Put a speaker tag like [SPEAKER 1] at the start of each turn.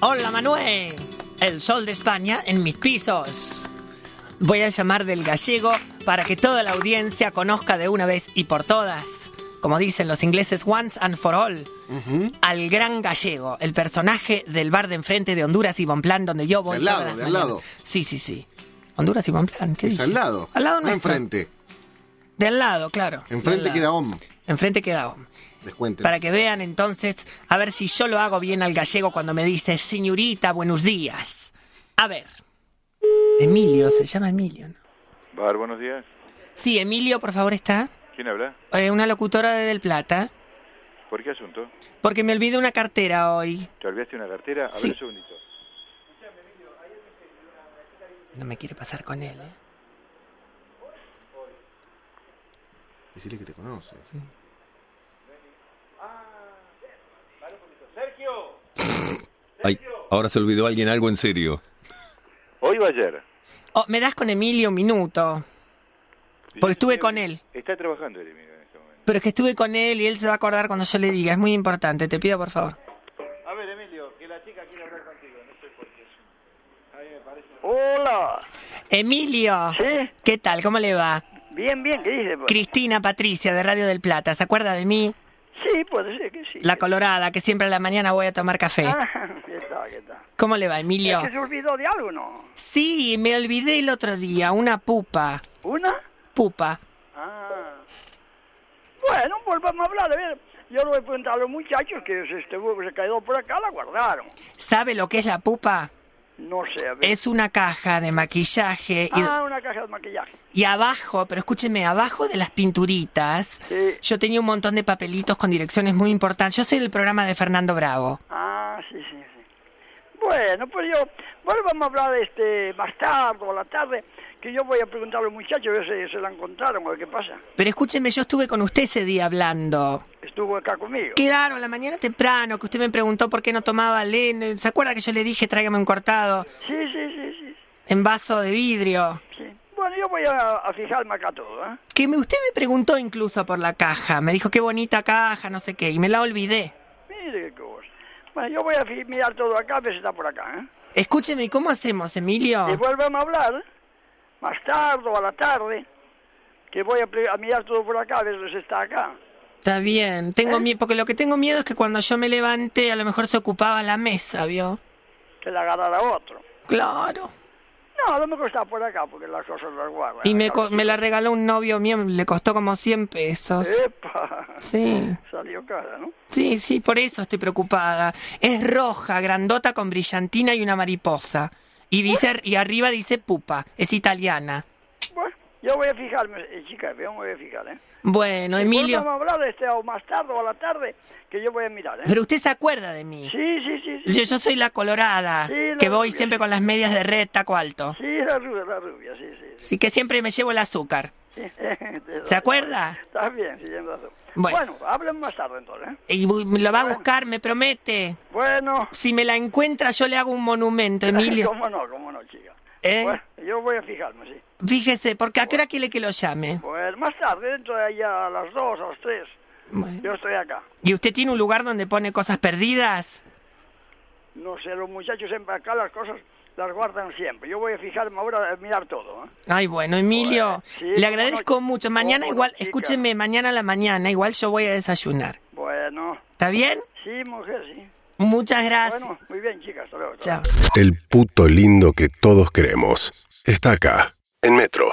[SPEAKER 1] Hola Manuel, el sol de España en mis pisos. Voy a llamar del gallego para que toda la audiencia conozca de una vez y por todas, como dicen los ingleses once and for all, al gran gallego, el personaje del bar de enfrente de Honduras y Bonplan donde yo voy.
[SPEAKER 2] Del
[SPEAKER 1] todas
[SPEAKER 2] lado,
[SPEAKER 1] las
[SPEAKER 2] del
[SPEAKER 1] mañanas.
[SPEAKER 2] lado.
[SPEAKER 1] Sí, sí, sí. Honduras y Bonplan, ¿qué
[SPEAKER 2] Es
[SPEAKER 1] dije?
[SPEAKER 2] al lado.
[SPEAKER 1] Al lado
[SPEAKER 2] no
[SPEAKER 1] nuestro.
[SPEAKER 2] enfrente.
[SPEAKER 1] Del lado, claro.
[SPEAKER 2] Enfrente
[SPEAKER 1] Del
[SPEAKER 2] queda
[SPEAKER 1] lado.
[SPEAKER 2] OM.
[SPEAKER 1] Enfrente queda OM.
[SPEAKER 2] Les cuento.
[SPEAKER 1] Para que vean entonces, a ver si yo lo hago bien al gallego cuando me dice, señorita, buenos días. A ver. Emilio, se llama Emilio, ¿no?
[SPEAKER 3] Bar, buenos días.
[SPEAKER 1] Sí, Emilio, por favor, está.
[SPEAKER 3] ¿Quién habla?
[SPEAKER 1] Eh, una locutora de Del Plata.
[SPEAKER 3] ¿Por qué asunto?
[SPEAKER 1] Porque me olvidé una cartera hoy.
[SPEAKER 3] ¿Te olvidaste una cartera? A
[SPEAKER 1] Sí.
[SPEAKER 3] ver un segundito.
[SPEAKER 1] No me quiere pasar con él, ¿eh?
[SPEAKER 2] Decirle que te conoce.
[SPEAKER 4] Ay, ahora se olvidó alguien algo en serio.
[SPEAKER 3] ¿Hoy o ayer?
[SPEAKER 1] Oh, me das con Emilio un minuto. Porque estuve con él.
[SPEAKER 3] Está trabajando él, mira, en este momento.
[SPEAKER 1] Pero es que estuve con él y él se va a acordar cuando yo le diga. Es muy importante. Te pido, por favor.
[SPEAKER 3] A ver, Emilio, que la chica quiere hablar contigo. No sé por qué. A mí me parece... Hola.
[SPEAKER 1] Emilio.
[SPEAKER 5] Sí.
[SPEAKER 1] ¿Qué tal? ¿Cómo le va?
[SPEAKER 5] Bien, bien, ¿qué dice? pues?
[SPEAKER 1] Cristina Patricia, de Radio del Plata. ¿Se acuerda de mí?
[SPEAKER 5] Sí, puede ser que sí.
[SPEAKER 1] La colorada, que siempre a la mañana voy a tomar café.
[SPEAKER 5] Ah, ¿qué tal, qué tal?
[SPEAKER 1] ¿Cómo le va, Emilio?
[SPEAKER 5] ¿Es que se olvidó de algo, no?
[SPEAKER 1] Sí, me olvidé el otro día, una pupa.
[SPEAKER 5] ¿Una?
[SPEAKER 1] Pupa.
[SPEAKER 5] Ah. Bueno, volvamos a hablar. A ver, yo le voy a preguntar a los muchachos que se, este, huevo se quedó por acá, la guardaron.
[SPEAKER 1] ¿Sabe lo que es la pupa?
[SPEAKER 5] No sé, a ver.
[SPEAKER 1] Es una caja de maquillaje y,
[SPEAKER 5] Ah, una caja de maquillaje.
[SPEAKER 1] y abajo, pero escúcheme, abajo de las pinturitas,
[SPEAKER 5] Sí.
[SPEAKER 1] yo tenía un montón de papelitos con direcciones muy importantes. Yo soy del programa de Fernando Bravo.
[SPEAKER 5] Ah, sí, sí, sí. Bueno, pues yo, bueno, vamos a hablar este, más tarde o a la tarde, que yo voy a preguntar a los muchachos a ver si se la encontraron o qué pasa.
[SPEAKER 1] Pero escúcheme, yo estuve con usted ese día hablando.
[SPEAKER 5] Estuvo acá conmigo.
[SPEAKER 1] Claro, a la mañana temprano, que usted me preguntó por qué no tomaba Len. ¿Se acuerda que yo le dije tráigame un cortado
[SPEAKER 5] Sí, sí, sí, sí.
[SPEAKER 1] en vaso de vidrio?
[SPEAKER 5] sí. Bueno, yo voy a, a fijarme acá todo, ¿eh?
[SPEAKER 1] Que me, usted me preguntó incluso por la caja. Me dijo qué bonita caja, no sé qué. Y me la olvidé.
[SPEAKER 5] Mire qué cosa. Bueno, yo voy a fi- mirar todo acá, a ver si está por acá, ¿eh?
[SPEAKER 1] Escúcheme, ¿cómo hacemos, Emilio?
[SPEAKER 5] Y volvemos a hablar, ¿eh? más tarde o a la tarde, que voy a, pre- a mirar todo por acá, a ver si está acá.
[SPEAKER 1] Está bien. Tengo miedo, porque lo que tengo miedo es que cuando yo me levante, a lo mejor se ocupaba la mesa, ¿vio?
[SPEAKER 5] Que la agarrará otro.
[SPEAKER 1] Claro.
[SPEAKER 5] No, a lo mejor está por acá, porque las cosas las guardan.
[SPEAKER 1] Y me, co- me la regaló un novio mío, le costó como 100 pesos.
[SPEAKER 5] ¿Eh? ¡Epa!
[SPEAKER 1] Sí.
[SPEAKER 5] Salió cara, ¿no?
[SPEAKER 1] Sí, sí, por eso estoy preocupada. Es roja, grandota con brillantina y una mariposa. Y dice y arriba dice pupa, es italiana.
[SPEAKER 5] Bueno, yo voy a fijarme, eh, chica, yo me voy a fijar, ¿eh?
[SPEAKER 1] Bueno, Emilio,
[SPEAKER 5] Vamos a hablar este, o más tarde o a la tarde, que yo voy a mirar, ¿eh?
[SPEAKER 1] pero usted se acuerda de mí.
[SPEAKER 5] Sí, sí, sí, sí.
[SPEAKER 1] Yo, yo soy la colorada,
[SPEAKER 5] Sí, la
[SPEAKER 1] que voy
[SPEAKER 5] rubia.
[SPEAKER 1] siempre con las medias de red, taco alto.
[SPEAKER 5] Sí, la rubia, la rubia, sí, sí. sí.
[SPEAKER 1] Sí, que siempre me llevo el azúcar. ¿Se acuerda?
[SPEAKER 5] Está bien, sí, tienes razón.
[SPEAKER 1] Bueno.
[SPEAKER 5] Bueno, hablen más tarde entonces. ¿eh?
[SPEAKER 1] Y bu- lo va a buscar, me promete.
[SPEAKER 5] Bueno,
[SPEAKER 1] Si me la encuentra, yo le hago un monumento, Emilio.
[SPEAKER 5] cómo no, cómo no, chica.
[SPEAKER 1] ¿Eh?
[SPEAKER 5] Bueno, yo voy a fijarme, sí.
[SPEAKER 1] Fíjese, porque ¿a qué hora quiere que lo llame?
[SPEAKER 5] Bueno, más tarde, dentro de allá a las dos, a las tres,
[SPEAKER 1] Bueno.
[SPEAKER 5] yo estoy acá.
[SPEAKER 1] ¿Y usted tiene un lugar donde pone cosas perdidas?
[SPEAKER 5] No sé, los muchachos siempre acá las cosas las guardan siempre. Yo voy a fijarme ahora a mirar todo. ¿eh?
[SPEAKER 1] Ay, bueno, Emilio,
[SPEAKER 5] Bueno, sí,
[SPEAKER 1] le agradezco
[SPEAKER 5] bueno,
[SPEAKER 1] mucho. Mañana
[SPEAKER 5] bueno,
[SPEAKER 1] igual,
[SPEAKER 5] chica.
[SPEAKER 1] escúcheme, mañana a la mañana, igual yo voy a desayunar.
[SPEAKER 5] Bueno,
[SPEAKER 1] ¿Está bien?
[SPEAKER 5] sí, mujer, sí.
[SPEAKER 1] Muchas gracias.
[SPEAKER 5] Bueno, muy bien, chicas, hasta luego.
[SPEAKER 1] Chao.
[SPEAKER 6] El puto lindo que todos queremos está acá, en Metro.